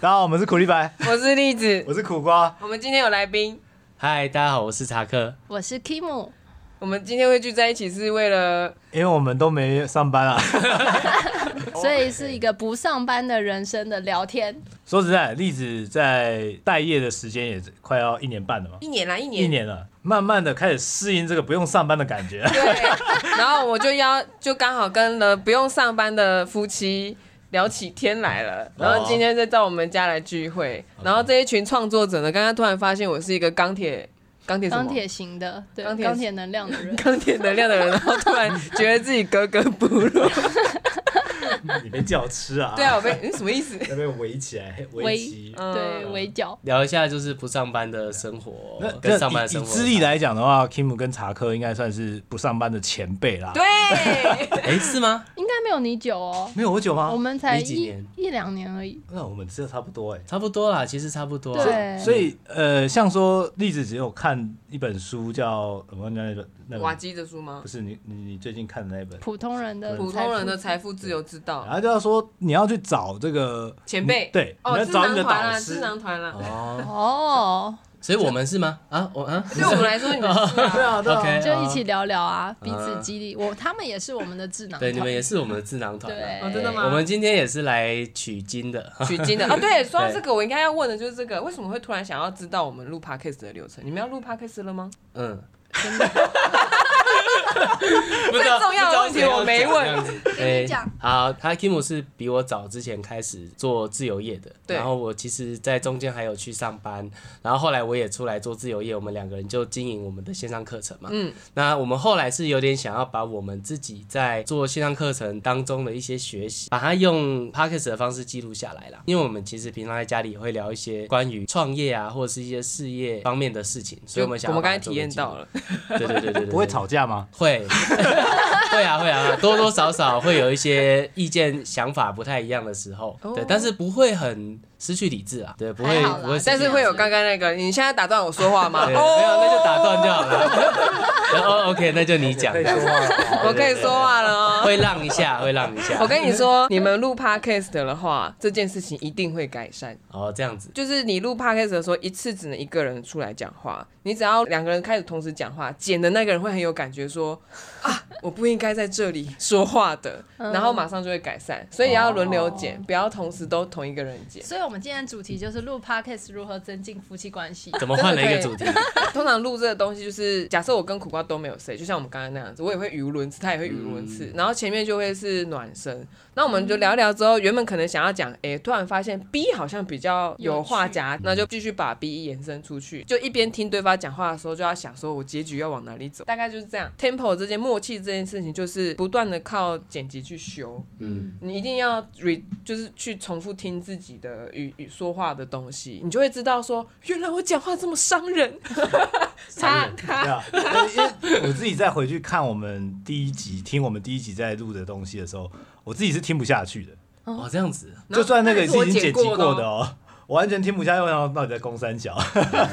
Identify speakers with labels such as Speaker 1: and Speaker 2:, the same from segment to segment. Speaker 1: 大家好，我们是苦力白，
Speaker 2: 我是栗子，
Speaker 1: 我是苦瓜。
Speaker 2: 我们今天有来宾，
Speaker 3: 嗨，大家好，我是查克。
Speaker 4: 我是
Speaker 2: 哦
Speaker 4: Kim，
Speaker 2: 我们今天会聚在一起是为了
Speaker 1: 因为我们都没上班啊。
Speaker 4: 所以是一个不上班的人生的聊天。
Speaker 1: 说实在，栗子在待业的时间也快要一年半了嘛，
Speaker 2: 一年啦，一年，
Speaker 1: 一年了，慢慢的开始适应这个不用上班的感 觉。
Speaker 2: 对。然后我就邀，就刚好跟了不用上班的夫妻聊起天来了。然后今天再到我们家来聚会。然后这一群创作者呢，刚刚突然发现我是一个钢铁钢铁什么
Speaker 4: 钢铁型的，对
Speaker 2: 钢铁，
Speaker 4: 钢铁能量的人
Speaker 2: 钢铁能量的人，然后突然觉得自己格格不 入。
Speaker 1: 你被叫吃啊？
Speaker 2: 对啊，我被嗯什么意思？
Speaker 1: 要被围起来，围
Speaker 4: 围
Speaker 1: 棋。
Speaker 2: 嗯
Speaker 3: 哦
Speaker 4: 对围剿。
Speaker 3: 聊一下就是不上班的生活
Speaker 1: 那，
Speaker 3: 跟上
Speaker 1: 那
Speaker 3: 班的
Speaker 1: 以以
Speaker 3: 生活。
Speaker 1: 资历，来讲的话，Kim 跟查克应该算是不上班的前辈啦。
Speaker 2: 对，
Speaker 3: 哎、是吗？
Speaker 4: 应该没有你久哦，
Speaker 1: 没有我
Speaker 2: 嗯
Speaker 1: 久吗
Speaker 4: 我？们才
Speaker 3: 你几
Speaker 4: 一
Speaker 3: 年
Speaker 4: 一两年而已。
Speaker 1: 那我们这差不多哎、
Speaker 3: 差不多啦，其实差不多啦。
Speaker 4: 对
Speaker 1: 所以呃，像说栗子只有看一本书叫什么那那本那
Speaker 2: 瓦
Speaker 1: 本
Speaker 2: 基的书吗
Speaker 1: 不？是你你你最近看的那一本，
Speaker 4: 普通人的
Speaker 2: 普
Speaker 4: 财
Speaker 2: 通人
Speaker 4: 富
Speaker 2: 的财富自由之道
Speaker 1: 然。后就要说你要去找这个
Speaker 2: 前辈
Speaker 3: 嗯
Speaker 1: 你对，你
Speaker 2: 哦，
Speaker 1: 要
Speaker 2: 智
Speaker 1: 找
Speaker 2: 囊
Speaker 1: 你的
Speaker 2: 团
Speaker 1: 导
Speaker 2: 啦，
Speaker 1: 师
Speaker 2: 智。囊团啊啦。
Speaker 3: 哦，
Speaker 4: 哦，
Speaker 3: 所以我们是吗？啊，我啊
Speaker 2: 对我们来说， 你们是
Speaker 1: 对
Speaker 2: 啊，
Speaker 1: 啊，对啊，
Speaker 3: ，OK，
Speaker 4: 就一
Speaker 3: 哦
Speaker 4: 起聊聊啊，彼此
Speaker 3: 嗯
Speaker 4: 激励。我他们也是我们的智囊
Speaker 3: 对，你们
Speaker 4: 团
Speaker 3: 也是我们的智囊团
Speaker 4: 对
Speaker 3: 啊。
Speaker 2: 哦真的吗
Speaker 3: 我们今天也是来取经的。
Speaker 2: 取经的啊。对，说到
Speaker 3: 对
Speaker 2: 这个，我应该要问的就是这个，为什么会突然想要知道我们录 podcast 的流程？你们要录 podcast 了吗？
Speaker 3: 嗯，
Speaker 2: 最重要的问题我没问。
Speaker 3: 哎，
Speaker 4: 你讲
Speaker 3: 好，他 Kim 是比我早之前开始做自由业的，
Speaker 2: 对
Speaker 3: 然后我其实，在中间还有去上班，然后后来我也出来做自由业，我们两个人就经营我们的线上课程嘛。
Speaker 2: 嗯，
Speaker 3: 那我们后来是有点想要把我们自己在做线上课程当中的一些学习，把它用 podcast 的方式记录下来啦。因为我们其实平常在家里也会聊一些关于创业啊，或者是一些事业方面的事情，所以我们想
Speaker 2: 我
Speaker 3: 要
Speaker 2: 们
Speaker 3: 把
Speaker 2: 刚
Speaker 3: 它
Speaker 2: 才
Speaker 3: 做
Speaker 2: 体
Speaker 3: 个
Speaker 2: 验
Speaker 3: 记录
Speaker 2: 到了，
Speaker 3: 对对对对对，对
Speaker 1: 不会吵架吗？
Speaker 3: 会， 会啊会啊，多多少少会有一些意见想法不太一样的时候，
Speaker 2: 哦
Speaker 3: 对，但是不会很失去理智啊，对，不会
Speaker 4: 还好啦
Speaker 3: 不会失去理
Speaker 2: 但
Speaker 3: 智，
Speaker 2: 是会有刚刚那个，你现在打断我说话吗？哦
Speaker 3: 对，没有那就打断就好了， 然后 OK 那就你讲
Speaker 1: 可，以说话
Speaker 2: 我可以说话了哦。
Speaker 3: 会让一下会让一下，
Speaker 2: 我跟你说，你们录 podcast 的话，这件事情一定会改善。
Speaker 3: 哦这样子，
Speaker 2: 就是你录 podcast 的时候，一次只能一个人出来讲话，你只要两个人开始同时讲话，剪的那个人会很有感觉说，啊， 我不应该在这里说话的，然后马上就会改善，所以也要轮流剪，不要同时都同一个人剪。
Speaker 4: 所以，我们今天的主题就是录 podcast 如何增进夫妻关系。
Speaker 3: 怎么换了一个主题？
Speaker 2: 通常录这个东西就是，假设我跟苦瓜都没有谁，就像我们刚刚那样子，我也会语无伦次，他也会语无伦次，然后前面就会是暖身，那我们就聊聊之后，原本可能想要讲，哎、突然发现 B 好像比较有话夹，那就继续把 B 延伸出去，就一边听对方讲话的时候，就要想说我结局要往哪里走，大概就是这样。Tempo 这件默契这件事情，就是不断的靠剪辑去修，
Speaker 3: 嗯，
Speaker 2: 你一定要 re 就是去重复听自己的语语说话的东西，你就会知道说，原来我讲话这么伤人。 他
Speaker 1: 对
Speaker 2: 他
Speaker 1: 啊，因为我自己再回去看我们第一集，听我们第一集在录的东西的时候，我自己是听不下去的，
Speaker 3: 哦这样子，
Speaker 1: 就算那个是已经剪辑过
Speaker 2: 然后那是我剪过
Speaker 1: 的
Speaker 2: 的
Speaker 1: 哦，我完全听不下去，我想到底在攻三小，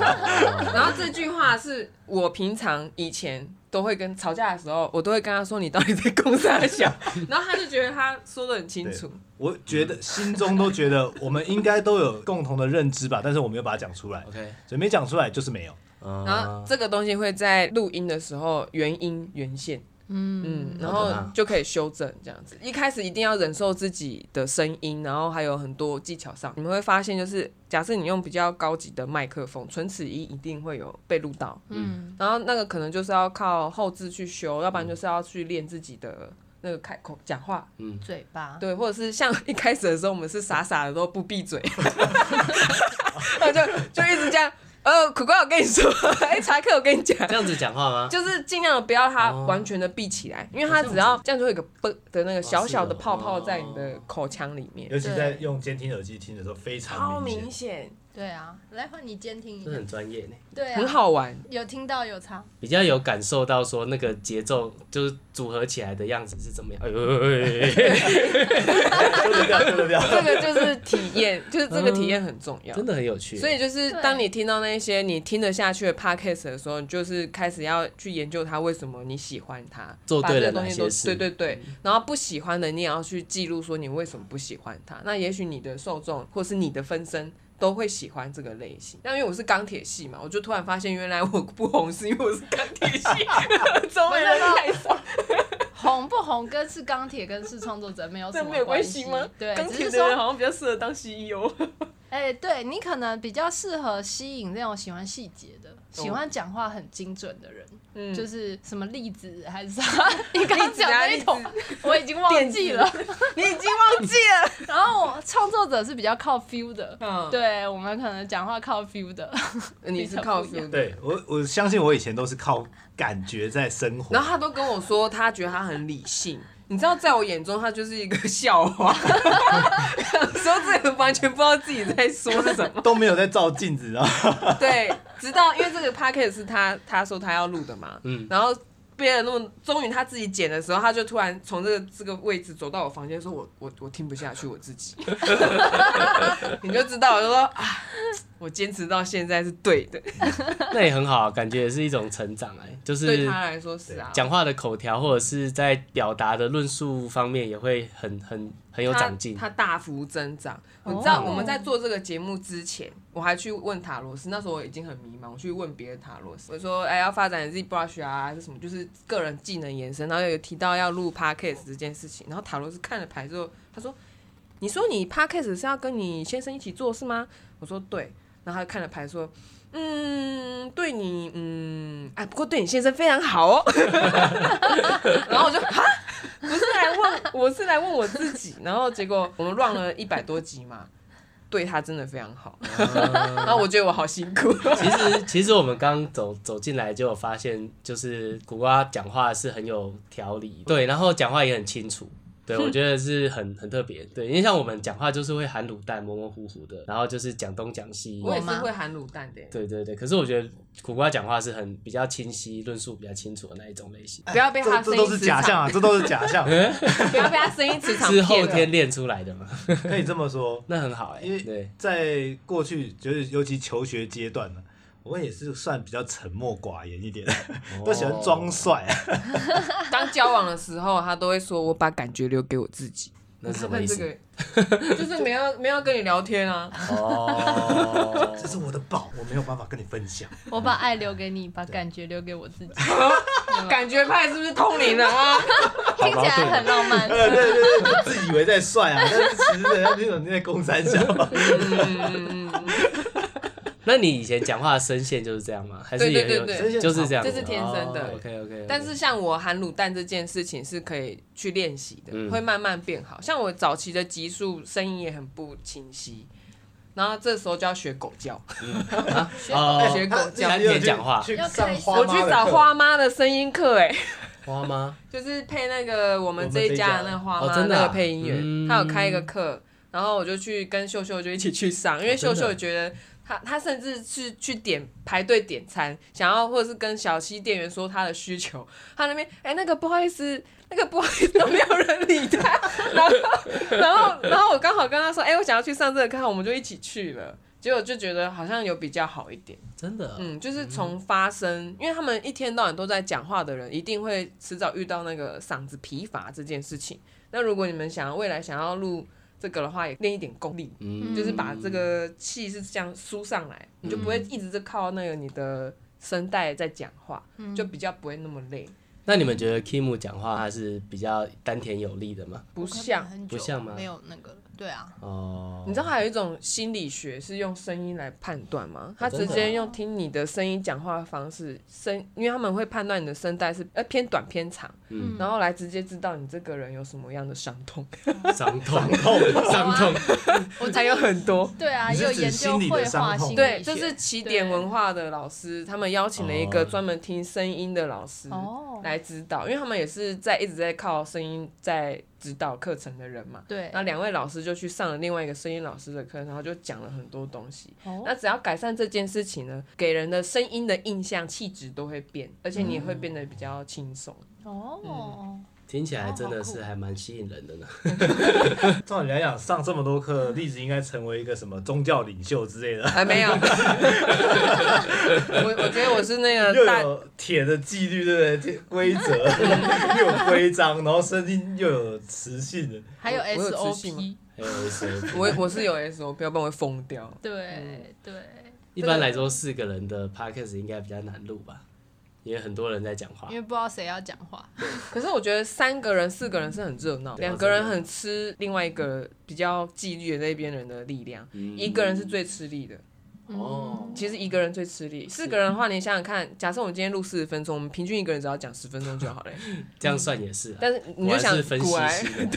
Speaker 2: 然后这句话是我平常以前都会跟吵架的时候，我都会跟他说你到底在公司还小， 然后他就觉得他说的很清楚。
Speaker 1: 我觉得心中都觉得我们应该都有共同的认知吧，但是我没有把它讲出来，
Speaker 3: OK，
Speaker 1: 所以没讲出来就是没有。
Speaker 3: 嗯
Speaker 2: 然后这个东西会在录音的时候原音原线，嗯嗯，然
Speaker 3: 好
Speaker 2: 后
Speaker 3: 可怕
Speaker 2: 就可以修正这样子。一开始一定要忍受自己的声音，然后还有很多技巧上，你们会发现就是，假设你用比较高级的麦克风，唇齿音一定会有被录到，
Speaker 4: 嗯，
Speaker 2: 然后那个可能就是要靠后置去修，要不然就是要去练自己的。那个开口讲话，
Speaker 4: 嗯嘴巴。
Speaker 2: 对，或者是像一开始的时候，我们是傻傻的都不闭嘴， 然后就就一直这样。呃，苦瓜，我跟你说，哎、查克，我跟你讲，
Speaker 3: 这样子讲话吗？
Speaker 2: 就是尽量不要它完全的闭起来，因为它只要这样就会有一个啵的那个小小的泡泡在你的口腔里面，
Speaker 1: 尤其在用监听耳机听的时候，非常
Speaker 2: 超
Speaker 1: 明
Speaker 2: 明
Speaker 1: 显。
Speaker 2: 显。
Speaker 4: 对啊，来换你监听一
Speaker 3: 这
Speaker 4: 下。
Speaker 3: 很专业呢，
Speaker 4: 对、啊，
Speaker 2: 很，好玩。
Speaker 4: 有听到有差。
Speaker 3: 比较有感受到说那个节奏就是组合起来的样子是怎么样。哎呦哎呦哎呦哎
Speaker 1: 做
Speaker 3: 呦
Speaker 1: 得掉，做得掉。
Speaker 2: 这个就是体验，就是这个体验很重要。
Speaker 3: 真的很有趣。
Speaker 2: 所以就是当你听到那些你听得下去的 podcast 的时候，你就是开始要去研究它为什么你喜欢它，
Speaker 3: 做对
Speaker 2: 把
Speaker 3: 了
Speaker 2: 这个东西
Speaker 3: 哪
Speaker 2: 都
Speaker 3: 些
Speaker 2: 对
Speaker 3: 事
Speaker 2: 对对。然后不喜欢的你也要去记录说你为什么不喜欢它。那也许你的受众或是你的分身。都会喜欢这个类型，但因为我是钢铁系嘛，我就突然发现原来我不红是因为我是钢铁 系，周围人太 少，
Speaker 4: 红不红跟是钢铁跟是创作者没有什
Speaker 2: 这
Speaker 4: 么
Speaker 2: 啊没有关系
Speaker 4: 系
Speaker 2: 吗？
Speaker 4: 对，
Speaker 2: 钢
Speaker 4: 只
Speaker 2: 铁
Speaker 4: 是
Speaker 2: 的人
Speaker 4: 说，
Speaker 2: 好像比较适合当 CEO。
Speaker 4: 哎、对你可能比较适合吸引那种喜欢细节的、喜欢讲话很精准的人，
Speaker 2: 嗯
Speaker 4: 就是什么例子还 是啥？你刚刚
Speaker 2: 子啊
Speaker 4: 讲那一桶，我已经忘记了。
Speaker 2: 你已经忘记了，
Speaker 4: 然后我创作者是比较靠 feel 的，
Speaker 2: 嗯
Speaker 4: 对我们可能讲话靠 feel 的，
Speaker 2: 呃你是靠 feel 的
Speaker 1: 对我，我相信我以前都是靠感觉在生活。
Speaker 2: 然后他都跟我说，他觉得他很理性。你知道，在我眼中，他就是一个笑 话。说这个完全不知道自己在说什么。
Speaker 1: 都没有在照镜子啊，
Speaker 2: 对，直到因为这个 p o c a s t 是他他说他要录的嘛，
Speaker 3: 嗯
Speaker 2: 然后憋了那么，终于他自己剪的时候，他就突然从这个这个位置走到我房间，说我我我听不下去我自 己，你就知道，我就说啊，我坚持到现在是对的，
Speaker 3: 那也很好，啊感觉也是一种成长哎、就是
Speaker 2: 对他来说是啊，
Speaker 3: 讲话的口条或者是在表达的论述方面也会很很很有
Speaker 2: 他
Speaker 3: 长进。
Speaker 2: 他大幅增长。
Speaker 4: 哦
Speaker 2: 你知道我们在做这个节目之前，我还去问塔罗斯，那时候我已经很迷茫，我去问别的塔罗斯，我说哎要发展 Z brush 啊还是什么，就是个人技能延伸，然后有提到要录 podcast 这件事情，然后塔罗斯看了牌之后，他说你说你 podcast 是要跟你先生一起做是吗？我说对，然后他看了牌说。嗯，对你，嗯，哎，不过对你先生非常好哦。 然后我就哈，不是来问，我是来问我自己。然后结 果我们乱了一百多集嘛，对他真的非常好。 然后我觉得我好辛苦，
Speaker 3: 其实 其实我们刚走走进来就有发现，就是古瓜讲话是很有条理，对，然后讲话也很清楚。对，我觉得是很很特别，对，因为像我们讲话就是会含卤蛋，模模糊糊的，然后就是讲东讲西，
Speaker 2: 我也
Speaker 4: 我
Speaker 2: 是
Speaker 4: 吗
Speaker 2: 会含卤蛋的耶。
Speaker 3: 对对对。可是我觉得苦瓜讲话是很比较清晰，论述比较清楚的那一种类型，
Speaker 2: 不要被他
Speaker 1: 这这
Speaker 2: 的声
Speaker 1: 都
Speaker 2: 音
Speaker 1: 是
Speaker 2: 磁
Speaker 1: 假象
Speaker 2: 场，
Speaker 1: 啊， 这都是假象，
Speaker 3: 嗯
Speaker 2: 不要被他声音磁场
Speaker 3: 是
Speaker 2: 骗
Speaker 3: 后
Speaker 2: 了。
Speaker 3: 天练出来的嘛？
Speaker 1: 可以这么说。
Speaker 3: 那很好哎、
Speaker 1: 因为
Speaker 3: 对，
Speaker 1: 在过去，就是尤其求学阶段呢，我也是算比较沉默寡言一点，
Speaker 3: 哦
Speaker 1: 都喜欢装帅。啊
Speaker 2: 刚交往的时候，他都会说：“我把感觉留给我自己。”
Speaker 3: 那是什么意思？
Speaker 2: 这个就是没有没有跟你聊天啊，
Speaker 3: 哦，
Speaker 1: 这是我的宝，我没有办法跟你分 享。
Speaker 4: 我把爱留给你，把感觉留给我自己，
Speaker 2: 感觉派是不是通灵了啊？
Speaker 3: 好
Speaker 4: 听起来很浪漫。
Speaker 1: 呃，对对对，自以为在帅啊，但是其实人家那种在攻三小，啊
Speaker 2: 嗯
Speaker 3: 那你以前讲话的声线就是这样吗？还是
Speaker 2: 对
Speaker 3: 也
Speaker 2: 对
Speaker 3: 有
Speaker 2: 对
Speaker 1: 对
Speaker 3: 就是这样，哦
Speaker 2: 这是天生的
Speaker 3: OK OK，
Speaker 2: 但是像我含卤蛋这件事情是可以去练习的，
Speaker 3: 嗯
Speaker 2: 会慢慢变好。像我早期的集数声音也很不清晰，然后这时候就要学狗叫。
Speaker 3: 哦
Speaker 2: 学狗 叫
Speaker 1: 他你有去
Speaker 3: 讲讲话
Speaker 1: 去
Speaker 4: 要
Speaker 1: 上
Speaker 4: 开始
Speaker 1: 花
Speaker 2: 我
Speaker 1: 妈的
Speaker 2: 去
Speaker 1: 课
Speaker 2: 找花妈的声音课，哎，
Speaker 3: 花吗？
Speaker 2: 就是配那个我们这一家的那个花
Speaker 3: 我
Speaker 2: 妈
Speaker 3: 们这一家的
Speaker 2: 那个配音
Speaker 3: 哦真
Speaker 2: 员，
Speaker 3: 的
Speaker 2: 他
Speaker 3: 啊
Speaker 2: 有开一个课，然后我就去跟秀秀就一起去上，因为
Speaker 3: 哦真
Speaker 2: 秀
Speaker 3: 的
Speaker 2: 秀觉得。他他甚至是去点排队点餐，想要或者是跟小西店员说他的需求，他那边哎、那个不好意思，那个不好意思都没有人理他，然后然后 然后我刚好跟他说哎、我想要去上这个课，我们就一起去了，结果就觉得好像有比较好一点。
Speaker 3: 真的，
Speaker 2: 嗯，就是从发
Speaker 3: 嗯
Speaker 2: 声，因为他们一天到晚都在讲话的人，一定会迟早遇到那个嗓子疲乏这件事情。那如果你们想要未来想要录这个的话，也练一点功力，
Speaker 3: 嗯
Speaker 2: 就是把这个气是这样输上来，你就不会一直是靠那个你的声带在讲话，
Speaker 3: 嗯
Speaker 2: 就
Speaker 4: 嗯
Speaker 2: 比较不会那么累，
Speaker 3: 那你们觉得 Kim 讲话他是比较丹田有力的吗？
Speaker 2: 不像。
Speaker 4: 很
Speaker 3: 不像吗
Speaker 4: 没有那个了，对 啊，
Speaker 3: 哦，
Speaker 2: 你知道还有一种心理学是用声音来判断吗？他
Speaker 3: 真的
Speaker 2: 直
Speaker 3: 啊
Speaker 2: 接用听你的声音讲话的方式，声，因为他们会判断你的声带是呃偏短偏长，
Speaker 3: 嗯
Speaker 2: 然后来直接知道你这个人有什么样的伤痛，
Speaker 3: 伤 痛伤痛，
Speaker 4: 我
Speaker 2: 还
Speaker 4: 最
Speaker 2: 有
Speaker 4: 近
Speaker 2: 很多。
Speaker 4: 对啊，
Speaker 1: 你是
Speaker 4: 也有
Speaker 1: 指
Speaker 4: 研究
Speaker 1: 心理的
Speaker 4: 绘
Speaker 1: 伤
Speaker 4: 画
Speaker 1: 痛
Speaker 4: 心理
Speaker 2: 对，这
Speaker 4: 学
Speaker 2: 是起点文化的老师，他们邀请了一个
Speaker 3: 哦
Speaker 2: 专门听声音的老师
Speaker 4: 哦
Speaker 2: 来指导，因为他们也是在一直在靠声音在指导课程的人嘛。
Speaker 4: 对，
Speaker 2: 那两位老师就去上了另外一个声音老师的课，然后就讲了很多东西。
Speaker 4: 哦
Speaker 2: 那只要改善这件事情呢，给人的声音的印象、气质都会变，而且你也会变得比较轻松。
Speaker 4: 嗯
Speaker 2: 嗯
Speaker 4: 哦，
Speaker 3: 听起来真的
Speaker 4: 哦好
Speaker 3: 是
Speaker 4: 酷
Speaker 3: 还蛮吸引人的呢。
Speaker 1: 照你来讲，上这么多课，栗子应该成为一个什么宗教领袖之类的，
Speaker 2: 还啊没有， 我我觉得我是那
Speaker 1: 又
Speaker 2: 个呃大
Speaker 1: 有铁的纪律，对不对？规则 又有规章，然后声音又有磁性的，
Speaker 4: 还有
Speaker 2: 我有自信吗
Speaker 4: SOP，
Speaker 3: 还有 SOP
Speaker 2: 我我是有 SOP，要不然我会疯掉。
Speaker 4: 对对，
Speaker 3: 一般来说四个人的 podcast 应该比较难录吧，因为很多人在讲话
Speaker 4: 因。为不知道谁要讲话，
Speaker 2: 可是我觉得三个人、四个人是很热闹，
Speaker 3: 对啊
Speaker 2: 两个人很吃另外一个比较纪律的那边人的力量，
Speaker 3: 嗯
Speaker 2: 一个人是最吃力的。
Speaker 3: 哦，
Speaker 4: 嗯
Speaker 2: 其实一个人最吃力，四个人的话，你想想看，假设我们今天录四十分钟，我们平均一个人只要讲十分钟就 好了。
Speaker 3: 这样算也是啊，
Speaker 2: 但是你就
Speaker 3: 果然
Speaker 2: 想
Speaker 3: 是分，析
Speaker 2: 果然
Speaker 3: 系的，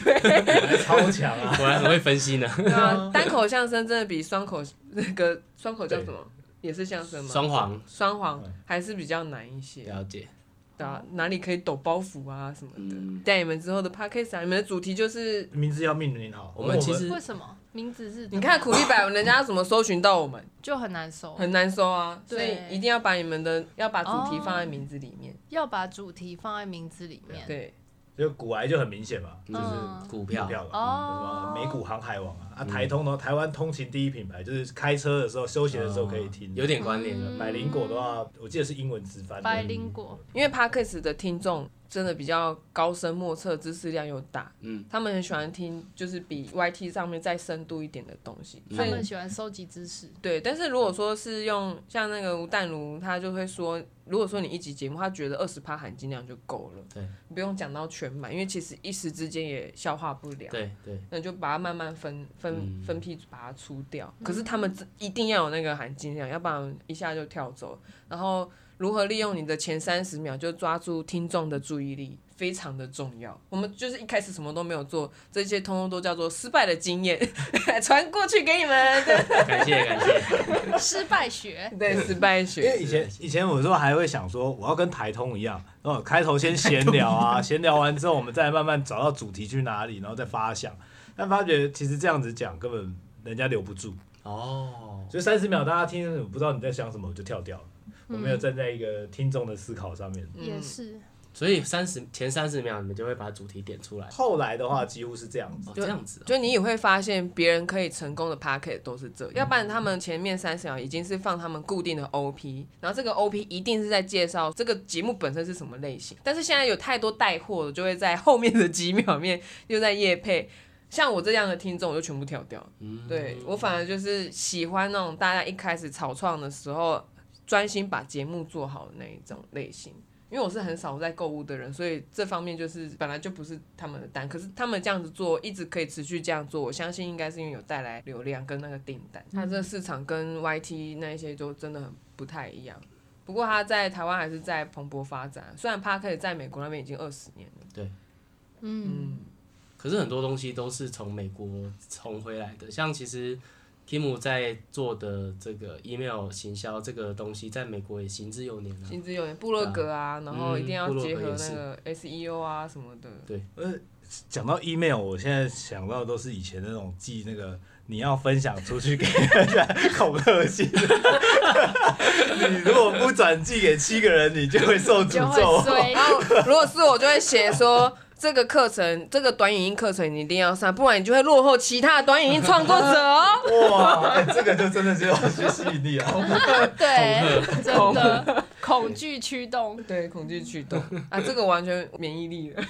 Speaker 1: 超强
Speaker 2: 嗯
Speaker 1: 啊！
Speaker 3: 果然很会分 析呢。
Speaker 2: 对啊，单口相声真的比双口那个双口叫什么？也是相声吗？
Speaker 3: 双簧
Speaker 2: 双簧还是比较难一些，
Speaker 3: 了解，
Speaker 2: 对啊，哪里可以抖包袱啊什么
Speaker 3: 嗯
Speaker 2: 的。在你们之后的 podcast 啊，你们的主题就是，
Speaker 1: 名字要命名好，
Speaker 3: 我们其实
Speaker 4: 为什么名字是？
Speaker 2: 你看苦力白，人家要怎么搜寻到我们，
Speaker 4: 就很难搜，
Speaker 2: 很难搜啊，所以
Speaker 4: 对
Speaker 2: 一定要把你们的要把主题放在名字里面。
Speaker 4: 要把主题放在名字里面。
Speaker 2: 对，
Speaker 1: 就古癌就很明显嘛，
Speaker 3: 就
Speaker 4: 嗯
Speaker 3: 是股
Speaker 1: 股
Speaker 3: 票，嗯
Speaker 1: 票嘛，什么
Speaker 4: 哦，
Speaker 1: 美股航海王啊，啊台通呢，台湾通勤第一品牌，就是开车的时候、休闲的时候可以听。
Speaker 3: 哦嗯有点关联
Speaker 2: 嗯
Speaker 3: 了。
Speaker 1: 百灵果的话，我记得是英文直翻
Speaker 4: 白
Speaker 1: 的，
Speaker 4: 灵果，
Speaker 2: 因为 podcast 的听众真的比较高深莫测，知识量又大，
Speaker 3: 嗯，
Speaker 2: 他们很喜欢听就是比 YT 上面再深度一点的东西，
Speaker 4: 他
Speaker 3: 嗯
Speaker 2: 所以
Speaker 4: 们喜欢收集知识。
Speaker 2: 对，但是如果说是用像那个吴淡如，他就会说，如果说你一集节目，他觉得二十趴含金量就够了，
Speaker 3: 对，
Speaker 2: 不用讲到全满，因为其实一时之间也消化不了。
Speaker 3: 对对，
Speaker 2: 那你就把它慢慢分分
Speaker 3: 嗯
Speaker 2: 分批把它出掉。可是他们真一定要有那个含金量，要不然一下就跳走。然后如何利用你的前三十秒就抓住听众的注意力，非常的重要。我们就是一开始什么都没有做，这些通通都叫做失败的经验， 传过去给你们。 对
Speaker 3: 感谢感谢。
Speaker 4: 失败学，
Speaker 2: 对，失败
Speaker 1: 因
Speaker 2: 学
Speaker 1: 为。以前以前我说还会想说，我要跟台通一样，然后开头先闲聊啊，闲聊完之后，我们再慢慢找到主题去哪里，然后再发想。但发觉其实这样子讲根本人家留不住，
Speaker 3: 哦，
Speaker 1: 所以三十秒大家听，我不知道你在想什么，我就跳掉了。我没有站在一个听众的思考上面。
Speaker 2: 嗯
Speaker 4: 也是
Speaker 3: 所以三十前三十秒你们就会把主题点出来。
Speaker 1: 后来的话，几乎是这样子。
Speaker 3: 哦，这样子哦，
Speaker 2: 就你也会发现，别人可以成功的 p a c k e t 都是这，要不然他们前面三十秒已经是放他们固定的 OP，然后这个 OP 一定是在介绍这个节目本身是什么类型。但是现在有太多带货的，就会在后面的几秒面又在夜配。像我这样的听众，我就全部跳掉。对我反而就是喜欢那种大家一开始草创的时候，专心把节目做好的那一种类型。因为我是很少在购物的人，所以这方面就是本来就不是他们的单。可是他们这样子做，一直可以持续这样做，我相信应该是因为有带来流量跟那个订单。它
Speaker 3: 嗯
Speaker 2: 这市场跟 YT 那一些就真的很不太一样。不过它在台湾还是在蓬勃发展，虽然 p a r k 在美国那边已经二十年了。
Speaker 4: 嗯，
Speaker 3: 可是很多东西都是从美国重回来的，像其实 Kim 在做的这个 email 行销这个东西，在美国也行之有年啊。
Speaker 2: 薪资有点部落格啊，然后一定要
Speaker 3: 嗯部落格
Speaker 2: 结合
Speaker 3: 也
Speaker 2: 那
Speaker 3: 是
Speaker 2: 个 SEO 啊什么的。
Speaker 1: 呃，讲到 email，我现在想到都是以前那种寄那个你要分享出去给人家恐吓信， 你如果不转寄给七个人，你就会受嗯诅
Speaker 4: 就会
Speaker 1: 咒。
Speaker 4: 衰
Speaker 2: 然。后如果是我，就会写说。这个课程，这个短影音课程你一定要上，不然你就会落后其他的短影音创作者哦。
Speaker 1: 哇、哎这个就真的是要学吸引力啊！
Speaker 4: 哦对，真的恐惧 驱动，
Speaker 2: 对，恐惧驱动啊，这个完全免疫力了。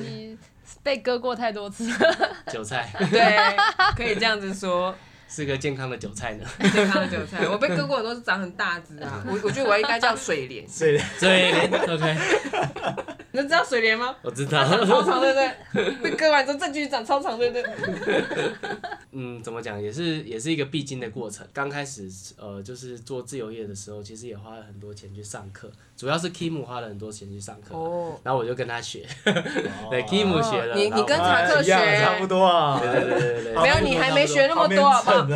Speaker 4: 你被割过太多次，
Speaker 3: 韭菜
Speaker 2: 对，可以这样子说。
Speaker 3: 是个健康的韭菜呢，
Speaker 2: 健康的韭菜，我被割过很多次，长很大只啊。 我我觉得我应该叫水莲，
Speaker 1: 所以
Speaker 3: 对，OK，
Speaker 2: 你们知道水莲吗？
Speaker 3: 我知道。
Speaker 2: 长超长对不对？ 被割完之后再继续长超长对不对？
Speaker 3: 嗯，怎么讲，也是也是一个必经的过程。刚开始呃，就是做自由业的时候，其实也花了很多钱去上课，主要是 Kim 花了很多钱去上课，
Speaker 2: 哦，
Speaker 3: 然后我就跟他学， 对 Kim 学了，
Speaker 2: 你
Speaker 3: 然后
Speaker 2: 你跟查克
Speaker 1: 哎一样
Speaker 2: 学
Speaker 1: 差不多啊。
Speaker 3: 呃对对对对对，
Speaker 2: 没有，
Speaker 3: 差不多
Speaker 2: 你还没
Speaker 3: 差不多
Speaker 2: 学那么多，好不
Speaker 1: 旁边？
Speaker 2: 好
Speaker 1: 蹭的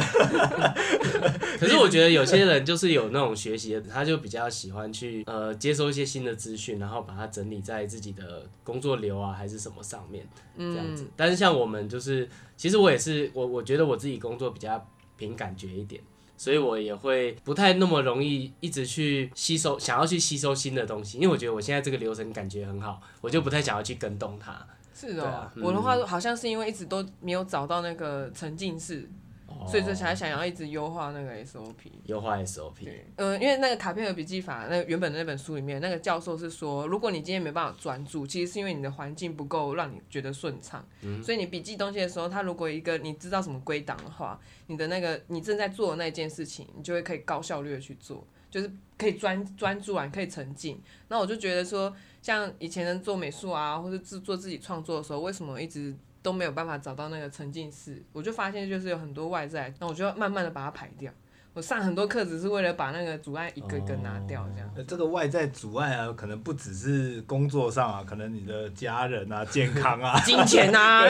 Speaker 3: 可可是我觉得有些人就是有那种学习的，他就比较喜欢去呃接收一些新的资讯，然后把它整理在自己的工作流啊还是什么上面
Speaker 2: 嗯
Speaker 3: 这样子。但是像我们就是，其实我也是我我觉得我自己工作比较凭感觉一点。所以我也会不太那么容易一直去吸收，想要去吸收新的东西，因为我觉得我现在这个流程感觉很好，我就不太想要去跟动它。
Speaker 2: 是
Speaker 3: 对
Speaker 2: 哦
Speaker 3: 啊，
Speaker 2: 我的话好像是因为一直都没有找到那个沉浸式，
Speaker 3: 哦
Speaker 2: 所以这才想要一直优化那个 SOP。
Speaker 3: 优化 SOP，
Speaker 2: 对，嗯，因为那个卡片和笔记法，那原本的那本书里面，那个教授是说，如果你今天没办法专注，其实是因为你的环境不够让你觉得顺畅，所以你笔记东西的时候，它如果一个你知道什么归档的话，你的那个你正在做的那件事情，你就会可以高效率的去做，就是可以专专注啊，你可以沉浸。那我就觉得说，像以前人做美术啊，或是制做自己创作的时候，为什么一直都没有办法找到那个沉浸式？我就发现就是有很多外在，那我就要慢慢的把它排掉。我上很多课只是为了把那个阻碍一个一个拿
Speaker 3: 哦
Speaker 2: 掉，这样。，
Speaker 1: 呃这个外在阻碍啊，可能不只是工作上啊，可能你的家人啊、健康 啊
Speaker 2: 金钱啊，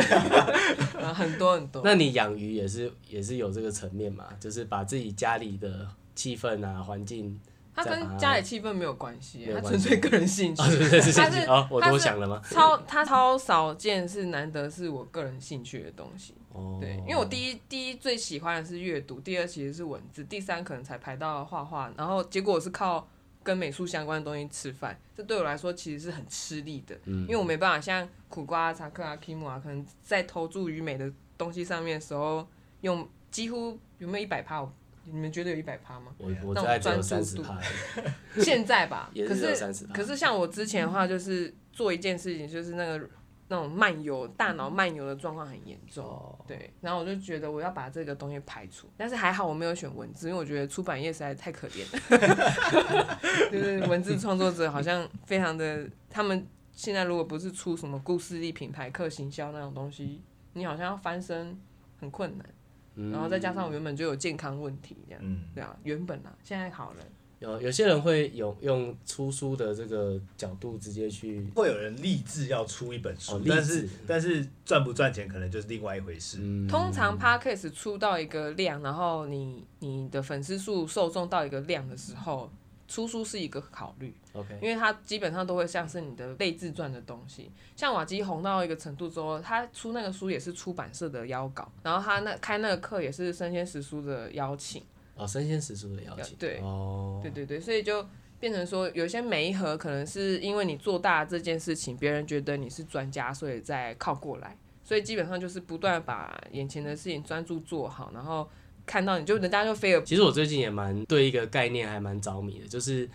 Speaker 2: 啊很多很多。
Speaker 3: 那你养鱼也是也是有这个层面嘛，就是把自己家里的气氛啊、环 境，
Speaker 2: 它跟家里气氛没有关系
Speaker 3: 啊
Speaker 2: 啊
Speaker 3: 没，
Speaker 2: 它
Speaker 3: 有关
Speaker 2: 纯
Speaker 3: 系
Speaker 2: 粹个人兴趣。
Speaker 3: 哦，对对对
Speaker 2: 它是
Speaker 3: 对，哦，我
Speaker 2: 它
Speaker 3: 多
Speaker 2: 是
Speaker 3: 想了吗？
Speaker 2: 超它超少见，是难得是我个人兴趣的东西。
Speaker 3: 哦，
Speaker 2: 对，因为我第一第一最喜欢的是阅读，第二其实是文字，第三可能才排到画画，然后结果我是靠跟美术相关的东西吃饭，这对我来说其实是很吃力的，
Speaker 3: 嗯
Speaker 2: 因为我没办法像苦瓜、啊、查克啊、Kim 啊，可能在投注于美的东西上面的时候，用几乎有没有一百趴？你们觉得有一百趴 吗？
Speaker 3: 我我
Speaker 2: 那
Speaker 3: 大
Speaker 2: 种
Speaker 3: 概只有
Speaker 2: 专
Speaker 3: 三
Speaker 2: 注
Speaker 3: 十
Speaker 2: 度
Speaker 3: 趴，
Speaker 2: 现在吧，
Speaker 3: 也
Speaker 2: 可
Speaker 3: 是只有
Speaker 2: 是
Speaker 3: 30%
Speaker 2: 可是像我之前的话，就是做一件事情，就是那个那种漫游大脑漫游的状况很严重。
Speaker 3: 哦
Speaker 2: 对，然后我就觉得我要把这个东西排除，但是还好我没有选文字，因为我觉得出版业实在太可怜了， 就是文字创作者好像非常的，他们现在如果不是出什么故事力、品牌课、行销那种东西，你好像要翻身很困难，然后再加上我原本就有健康问题这样，
Speaker 1: 嗯，
Speaker 2: 对啊，原本啊，现在好了。
Speaker 3: 有有些人会有用出书的这个角度直接去，
Speaker 1: 会有人立志要出一本书，
Speaker 3: 哦立志
Speaker 1: 但是但是赚不赚钱可能就是另外一回事。
Speaker 3: 嗯，
Speaker 2: 通常 podcast 出到一个量，然后你你的粉丝数受众到一个量的时候，出书是一个考虑，
Speaker 3: OK，
Speaker 2: 因为它基本上都会像是你的类自传的东西。像瓦基红到一个程度之后，他出那个书也是出版社的邀稿，然后他那开那个课也是生鲜时书的邀请。
Speaker 3: 哦，生鲜食书的邀请，
Speaker 2: 对
Speaker 3: 哦，
Speaker 2: 对对对，所以就变成说，有些每一盒可能是因为你做大这件事情，别人觉得你是专家，所以再靠过来。所以基本上就是不断把眼前的事情专注做好，然后看到你就人家就飞了。
Speaker 3: 其实我最近也蛮对一个概念还蛮着迷的，就是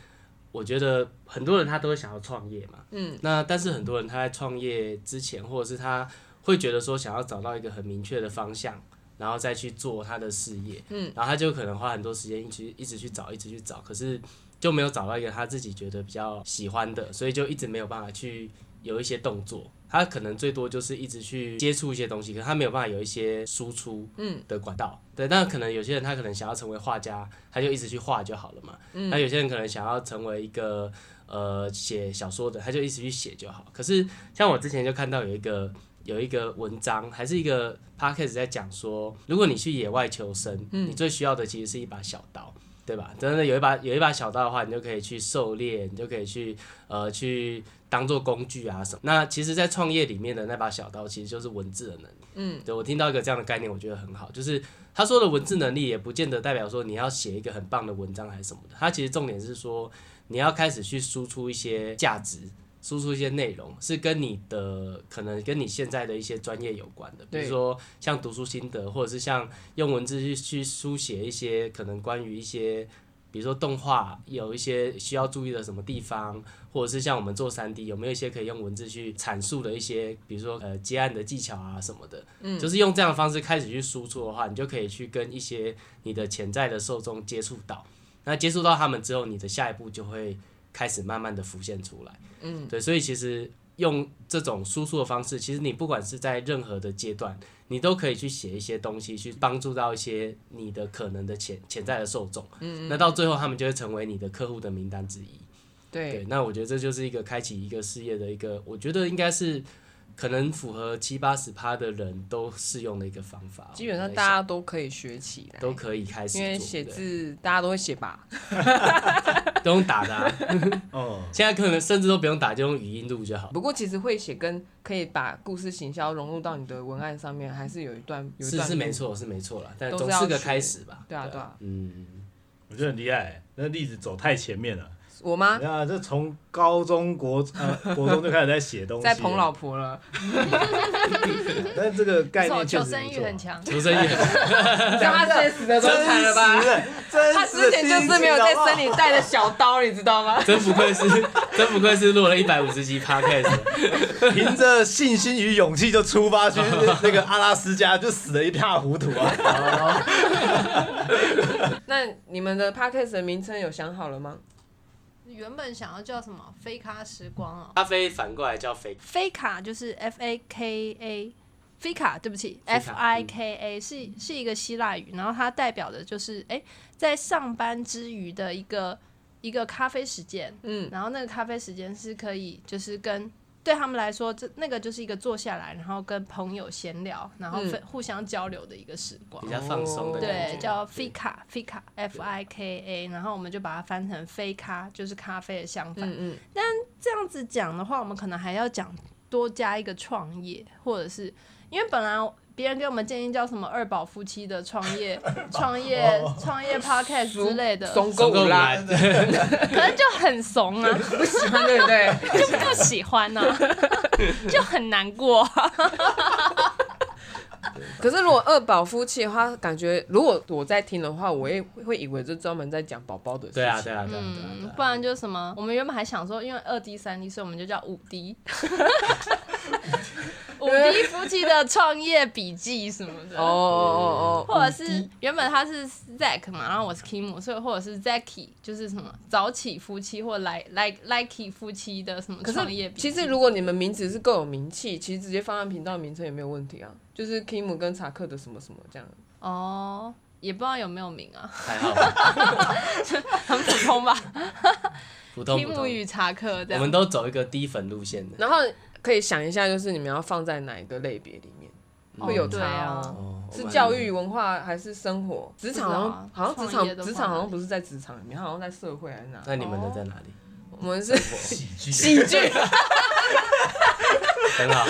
Speaker 3: 我觉得很多人他都会想要创业嘛，嗯，那但是很多人他在创业之前，或者是他会觉得说想要找到一个很明确的方向，然后再去做他的事业，嗯，然后他就可能花很多时间一直一直去找，一直去找，可是就没有找到一个他自己觉得比较喜欢的，所以就一直没有办法去有一些动作。他可能最多就是一直去接触一些东西，可是他没有办法有一些输出的管道。对，那可能有些人他可能想要成为画家，他就一直去画就好了嘛。那有些人可能想要成为一个呃写小说的，他就一直去写就好。可是像我之前就看到有一个有一个文章，还是一个 podcast 在讲说，如果你去野外求生，你最需要的其实是一把小刀。对吧？真的有一把有一把小刀的话，你就可以去狩猎，你就可以去呃去当做工具啊什么。那其实，在创业里面的那把小刀，其实就是文字的能力。嗯，对我听到一个这样的概念，我觉得很好，就是他说的文字能力也不见得代表说你要写一个很棒的文章还是什么的，他其实重点是说你要开始去输出一些价值。输出一些内容是跟你的可能跟你现在的一些专业有关的，比
Speaker 2: 对
Speaker 3: 如说像读书心得，或者是像用文字去去书写一些可能关于一些，比如说动画有一些需要注意的什么地方，或者是像我们做三 D 有没有一些可以用文字去阐述的一些，比如说呃接案的技巧啊什么的，就是用这样的方式开始去输出的话，你就可以去跟一些你的潜在的受众接触到。那接触到他们之后，你的下一步就会开始慢慢的浮现出来。嗯，对，所以其实用这种输出的方式，其实你不管是在任何的阶段，你都可以去写一些东西，去帮助到一些你的可能的潜潜在的受众。嗯那到最后他们就会成为你的客户的名单之一。
Speaker 2: 对，
Speaker 3: 对，那我觉得这就是一个开启一个事业的一个，我觉得应该是可能符合七八十趴的人都适用的一个方法。哦
Speaker 2: 基本上
Speaker 3: 我在
Speaker 2: 大
Speaker 3: 想
Speaker 2: 家都可以学起来，
Speaker 3: 都可以开始做，
Speaker 2: 因为写
Speaker 3: 对
Speaker 2: 字大家都会写吧？
Speaker 3: 都用打的啊、
Speaker 1: 哦，
Speaker 3: 现在可能甚至都不用打，就用语音录就好。
Speaker 2: 不过其实会写跟可以把故事行销融入到你的文案上面，还是有一段有一
Speaker 3: 是
Speaker 2: 段
Speaker 3: 是没
Speaker 2: 路。
Speaker 3: 错，是没错啦，但
Speaker 2: 都是
Speaker 3: 总
Speaker 2: 要
Speaker 3: 是个
Speaker 2: 学
Speaker 3: 开始吧。
Speaker 2: 对啊对啊，
Speaker 3: 嗯，
Speaker 1: 我觉得很厉害，那例子走太前面了。
Speaker 2: 我妈
Speaker 1: 你看，这从高中国 呃国中就开始在写东西，
Speaker 2: 在捧老，婆 了，
Speaker 1: 但这个
Speaker 4: 不
Speaker 1: 概
Speaker 4: 错，
Speaker 1: 念确
Speaker 4: 求
Speaker 1: 实
Speaker 4: 生
Speaker 1: 不
Speaker 4: 欲
Speaker 1: 错啊
Speaker 4: 很强。
Speaker 3: 求生欲很强，
Speaker 2: 让她现实的都
Speaker 3: 真惨了吧？
Speaker 1: 真
Speaker 2: 她之前就是没有在生里带着小刀，你知道吗？
Speaker 3: 真不愧是真不愧是录了一百五十集 podcast，
Speaker 1: 凭着信心与勇气就出发去那个阿拉斯加，就死的一塌糊涂啊！
Speaker 2: 那你们的 podcast 的名称有想好了吗？
Speaker 4: 原本想要叫什么“飞咖时光”哦，
Speaker 3: 咖啡反过来叫肥
Speaker 4: 飞卡就是 F A K A。菲卡，对不起
Speaker 2: 嗯
Speaker 3: 菲卡
Speaker 4: ，F I K A 是是一个希腊语，然后它代表的就是哎、在上班之余的一个一个咖啡时间，
Speaker 2: 嗯，
Speaker 4: 然后那个咖啡时间是可以就是跟对他们来说，这那个就是一个坐下来，然后跟朋友闲聊，然后
Speaker 2: 嗯
Speaker 4: 分互相交流的一个时光
Speaker 3: 比。较放松的
Speaker 2: 哦
Speaker 3: 感
Speaker 4: 对
Speaker 3: 觉，，
Speaker 4: 叫 Fika Fika F I K A，然后我们就把它翻成飞咖，就是咖啡的相反。
Speaker 2: 嗯嗯，
Speaker 4: 这样子讲的话，我们可能还要讲多加一个创业，或者是因为本来别人给我们建议叫什么二宝夫妻的创 业、创业、
Speaker 2: 哦
Speaker 4: 创业 podcast 之类的，
Speaker 2: 总
Speaker 3: 总
Speaker 2: 共
Speaker 3: 共
Speaker 2: 五啦，
Speaker 3: 来
Speaker 4: 可能就很怂啊，
Speaker 2: 不喜欢对不对？
Speaker 4: 就不喜欢啊，就很难过、
Speaker 2: 可是如果二宝夫妻的话，感觉如果我在听的话，我也会以为这专门在讲宝宝的事情。
Speaker 3: 对啊对啊对啊对啊
Speaker 4: 嗯，不
Speaker 3: 对啊，
Speaker 4: 然就什么，我们原本还想说，因为二 D、三 D，所以我们就叫五 D。五 D 夫妻的创业笔记什么的，
Speaker 2: 哦哦哦哦，
Speaker 4: 或者是原本他是 Zack 嘛，然后我是 Kim，所以或者是 Zacky，就是什么早起夫妻或来来 Likey 夫妻的什么
Speaker 2: 可
Speaker 4: 创业
Speaker 2: 是
Speaker 4: 笔
Speaker 2: 其
Speaker 4: 记。
Speaker 2: 实如果你们名字是够有名气，其实直接放在频道名称也没有问题啊。就是 Kim 跟查克的什么什么这样，
Speaker 4: 哦，也不知道有没有名啊，
Speaker 3: 还好吧，
Speaker 4: 很普通 吧。
Speaker 3: 普通普
Speaker 4: Kim
Speaker 3: 通，
Speaker 4: 与查克这
Speaker 3: 我
Speaker 4: 样。
Speaker 3: 们都走一个低粉路线的。
Speaker 2: 然后可以想一下，就是你们要放在哪一个类别里面，会有
Speaker 4: 对
Speaker 2: 差
Speaker 4: 啊
Speaker 2: 哦。
Speaker 3: 嗯哦，
Speaker 2: 是
Speaker 3: 我们
Speaker 2: 教育文化还是生活？职场好像
Speaker 4: 不
Speaker 2: 好像
Speaker 4: 知道啊
Speaker 2: 职
Speaker 4: 创业的
Speaker 2: 场
Speaker 4: 话
Speaker 2: 职场好像不是在职场里面，它好像在社会还是哪？
Speaker 3: 那你们的在哪里？
Speaker 2: 我们是
Speaker 1: 喜剧，
Speaker 2: 喜剧， 哦
Speaker 3: 很好，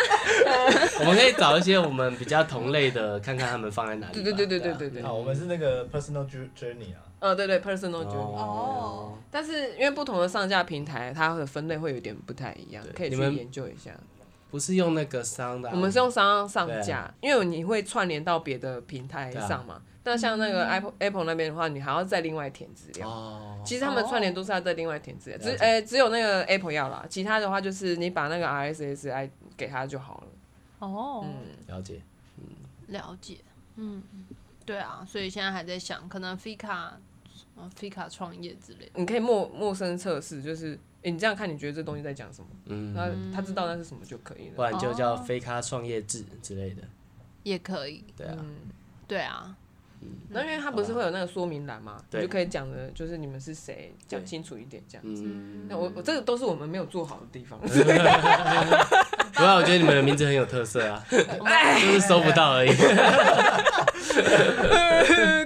Speaker 3: 我们可以找一些我们比较同类的，看看他们放在哪里吧。
Speaker 2: 对对对对
Speaker 3: 对
Speaker 2: 对
Speaker 3: 啊
Speaker 2: 对对。
Speaker 1: 啊，我们是那个 personal jour- journey 啊，
Speaker 2: 呃，对对，personal journey。
Speaker 4: 哦，
Speaker 2: 但是因为不同的上架平台，它的分类会有点不太一样
Speaker 3: 对，
Speaker 2: 可以
Speaker 3: 你
Speaker 2: 去
Speaker 3: 们
Speaker 2: 研究一下。
Speaker 3: 不是用那个商的啊，
Speaker 2: 我们是用商上
Speaker 3: 对啊
Speaker 2: 架，因为你会串联到别的平台
Speaker 3: 对啊
Speaker 2: 上嘛。那像那
Speaker 4: 嗯
Speaker 2: 个 Apple Apple 那边的话，你还要再另外填资料。
Speaker 3: 哦，
Speaker 2: 其实他们串联都是要再另外填资料，
Speaker 3: 了
Speaker 2: 只
Speaker 3: 解
Speaker 2: 呃只有那个 Apple 要啦，其他的话就是你把那个 RSS I 给他就好了。
Speaker 4: 哦，
Speaker 2: 嗯，
Speaker 3: 了解。
Speaker 4: 了解，嗯，对啊，所以现在还在想，可能 Fika 什么 Fika 创业之类的。
Speaker 2: 你可以陌陌生测试，就是诶你这样看，你觉得这东西在讲什么？他
Speaker 3: 嗯，
Speaker 2: 他知道那是什么就可以
Speaker 3: 不
Speaker 2: 了。
Speaker 3: 然就叫
Speaker 4: 哦
Speaker 3: 飞咖创业志之类的，
Speaker 4: 也可以，
Speaker 3: 对啊，
Speaker 2: 嗯。
Speaker 4: 对啊，
Speaker 2: 那因为它不是会有那个说明栏嘛，你
Speaker 3: 对
Speaker 2: 就可以讲的，就是你们是谁，
Speaker 3: 对
Speaker 2: 讲清楚一点这样。
Speaker 3: 嗯，
Speaker 2: 那我我这个都是我们没有做好的地 方，
Speaker 3: 不然我觉得你们的名字很有特色 啊，
Speaker 4: 哎，
Speaker 3: 就是搜不到而已。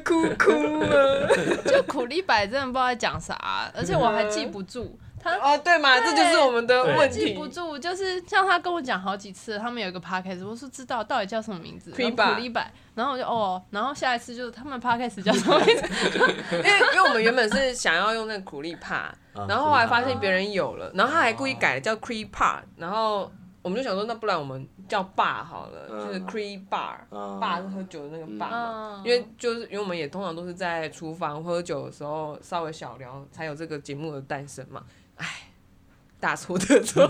Speaker 2: 哭哭啊！
Speaker 4: 就苦力白真的不知道在讲啥、而且我还记不住，他
Speaker 2: 哦，对嘛，这就是我们的
Speaker 3: 对
Speaker 2: 问
Speaker 4: 记
Speaker 2: 题
Speaker 4: 不。住，就是像他跟我讲好几次，他们有一个 podcast，我说知道到底叫什么名字，
Speaker 2: 苦力
Speaker 4: 然
Speaker 2: 白
Speaker 4: 后苦力白，然后我就哦，然后下一次就是他们 podcast 叫什么名字，
Speaker 2: 因为因为我们原本是想要用那个苦力怕，
Speaker 3: 啊
Speaker 2: 然后后来发现别人有了，然后他还故意改了叫 cree bar，然后我们就想说，那不然我们叫 bar 好了，
Speaker 3: 嗯
Speaker 2: 就是 cree bar。
Speaker 3: 啊
Speaker 2: 爸是喝酒的那个爸嘛
Speaker 4: 嗯，
Speaker 2: 因为就是因为我们也通常都是在厨房喝酒的时候稍微小聊，才有这个节目的诞生嘛。唉，大错特错，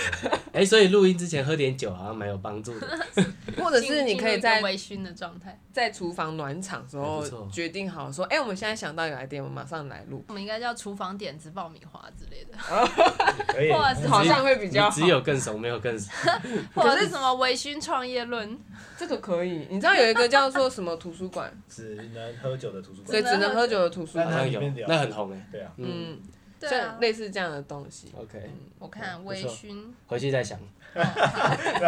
Speaker 3: 哎，所以录音之前喝点酒好像蛮有帮助的。
Speaker 2: 或者是你可以
Speaker 4: 进入一个
Speaker 2: 在
Speaker 4: 微醺的状态，
Speaker 2: 在厨房暖场的时
Speaker 3: 哎
Speaker 2: 候
Speaker 3: 不错
Speaker 2: 决定好说，哎、我们现在想到一个 idea，我们马上来录，
Speaker 4: 我们应该叫厨房点子爆米花之类的，
Speaker 1: 可以，
Speaker 4: 或者是
Speaker 2: 好像 会比
Speaker 3: 你
Speaker 2: 较好
Speaker 3: 只。有更怂，没有更怂。
Speaker 4: 或者是什么微醺创业论，
Speaker 2: 这个可以，你知道有一个叫做什么图书馆，
Speaker 1: 只能喝酒的图书
Speaker 2: 所以
Speaker 1: 馆，
Speaker 2: 只能喝酒的图书
Speaker 1: 好
Speaker 3: 好像
Speaker 2: 馆。
Speaker 3: 有，那很红哎、
Speaker 1: 对啊，
Speaker 2: 嗯，
Speaker 4: 对啊
Speaker 2: 像类似这样的东西。
Speaker 3: OK，
Speaker 4: 我看
Speaker 3: 嗯
Speaker 4: 微
Speaker 3: 不错
Speaker 4: 醺，
Speaker 3: 回去再想，
Speaker 1: 对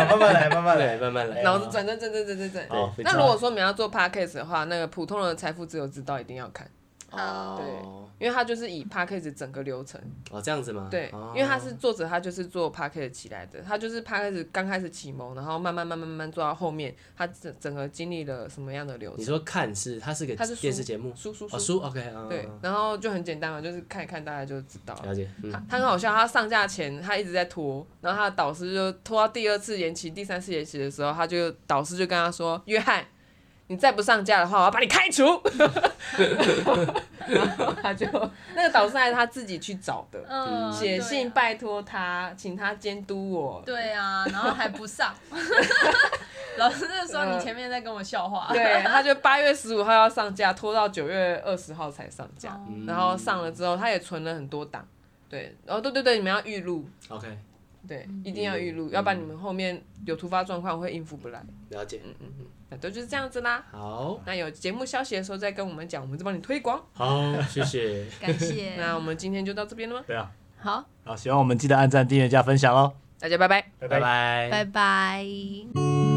Speaker 1: 慢慢来，慢慢
Speaker 3: 对，
Speaker 1: 来。
Speaker 3: 慢慢来。
Speaker 2: 脑子转转转转转转转。
Speaker 3: 对
Speaker 1: 好
Speaker 3: 非
Speaker 2: 那
Speaker 3: 常
Speaker 2: 如果说你要做 podcast 的话，那个普通人的财富自由之道一定要看，
Speaker 3: 哦，
Speaker 2: 因为它就是以 podcast 整个流程，
Speaker 3: 哦这样子吗？
Speaker 2: 对，
Speaker 3: 哦
Speaker 2: 因为他是作者，他就是做 podcast 起来的，他就是 podcast 刚开始启蒙，然后慢慢慢慢慢慢做到后面，他整整个经历了什么样的流
Speaker 3: 你
Speaker 2: 程？
Speaker 3: 说看是它是个
Speaker 2: 它是书
Speaker 3: 电视节目，
Speaker 2: 书书
Speaker 3: 哦
Speaker 2: 书，
Speaker 3: 书 OK 啊，
Speaker 2: 对
Speaker 3: 嗯，
Speaker 2: 然后就很简单嘛，就是看一看，大家就知道了。
Speaker 3: 了解，嗯
Speaker 2: 他他很好笑，他上架前他一直在拖，然后他的导师就拖到第二次延期、第三次延期的时候，他就导师就跟他说：“约翰，你再不上架的话，我要把你开除。” 然后他就那个导师还是他自己去找的，
Speaker 4: 嗯，
Speaker 2: 写信
Speaker 4: 拜。
Speaker 2: 拜托他，请他监督我。
Speaker 4: 对啊，然后还 不上， 老师就说你前面在跟我笑话。
Speaker 2: 对，他就八月十五号要上架，拖到九月二十号才上架。
Speaker 4: 哦
Speaker 3: 嗯
Speaker 2: 然后上了之后，他也存了很多档。对，哦对对对，你们要预录，
Speaker 3: OK，
Speaker 2: 对，一定要预录，要不然你们后面有突发状况会应付不来。
Speaker 3: 了解，
Speaker 2: 嗯那都就是这样子啦。
Speaker 3: 好，
Speaker 2: 那有节目消息的时候再跟我们讲，我们再帮你推广。
Speaker 3: 好，谢谢，
Speaker 4: 感谢。
Speaker 2: 那我们今天就到这边了吗？
Speaker 1: 对啊，
Speaker 4: 好，
Speaker 1: 好，喜欢我们记得按赞、订阅、加分享哦，
Speaker 2: 大家拜拜。
Speaker 1: 拜
Speaker 3: 拜拜，
Speaker 4: 拜拜。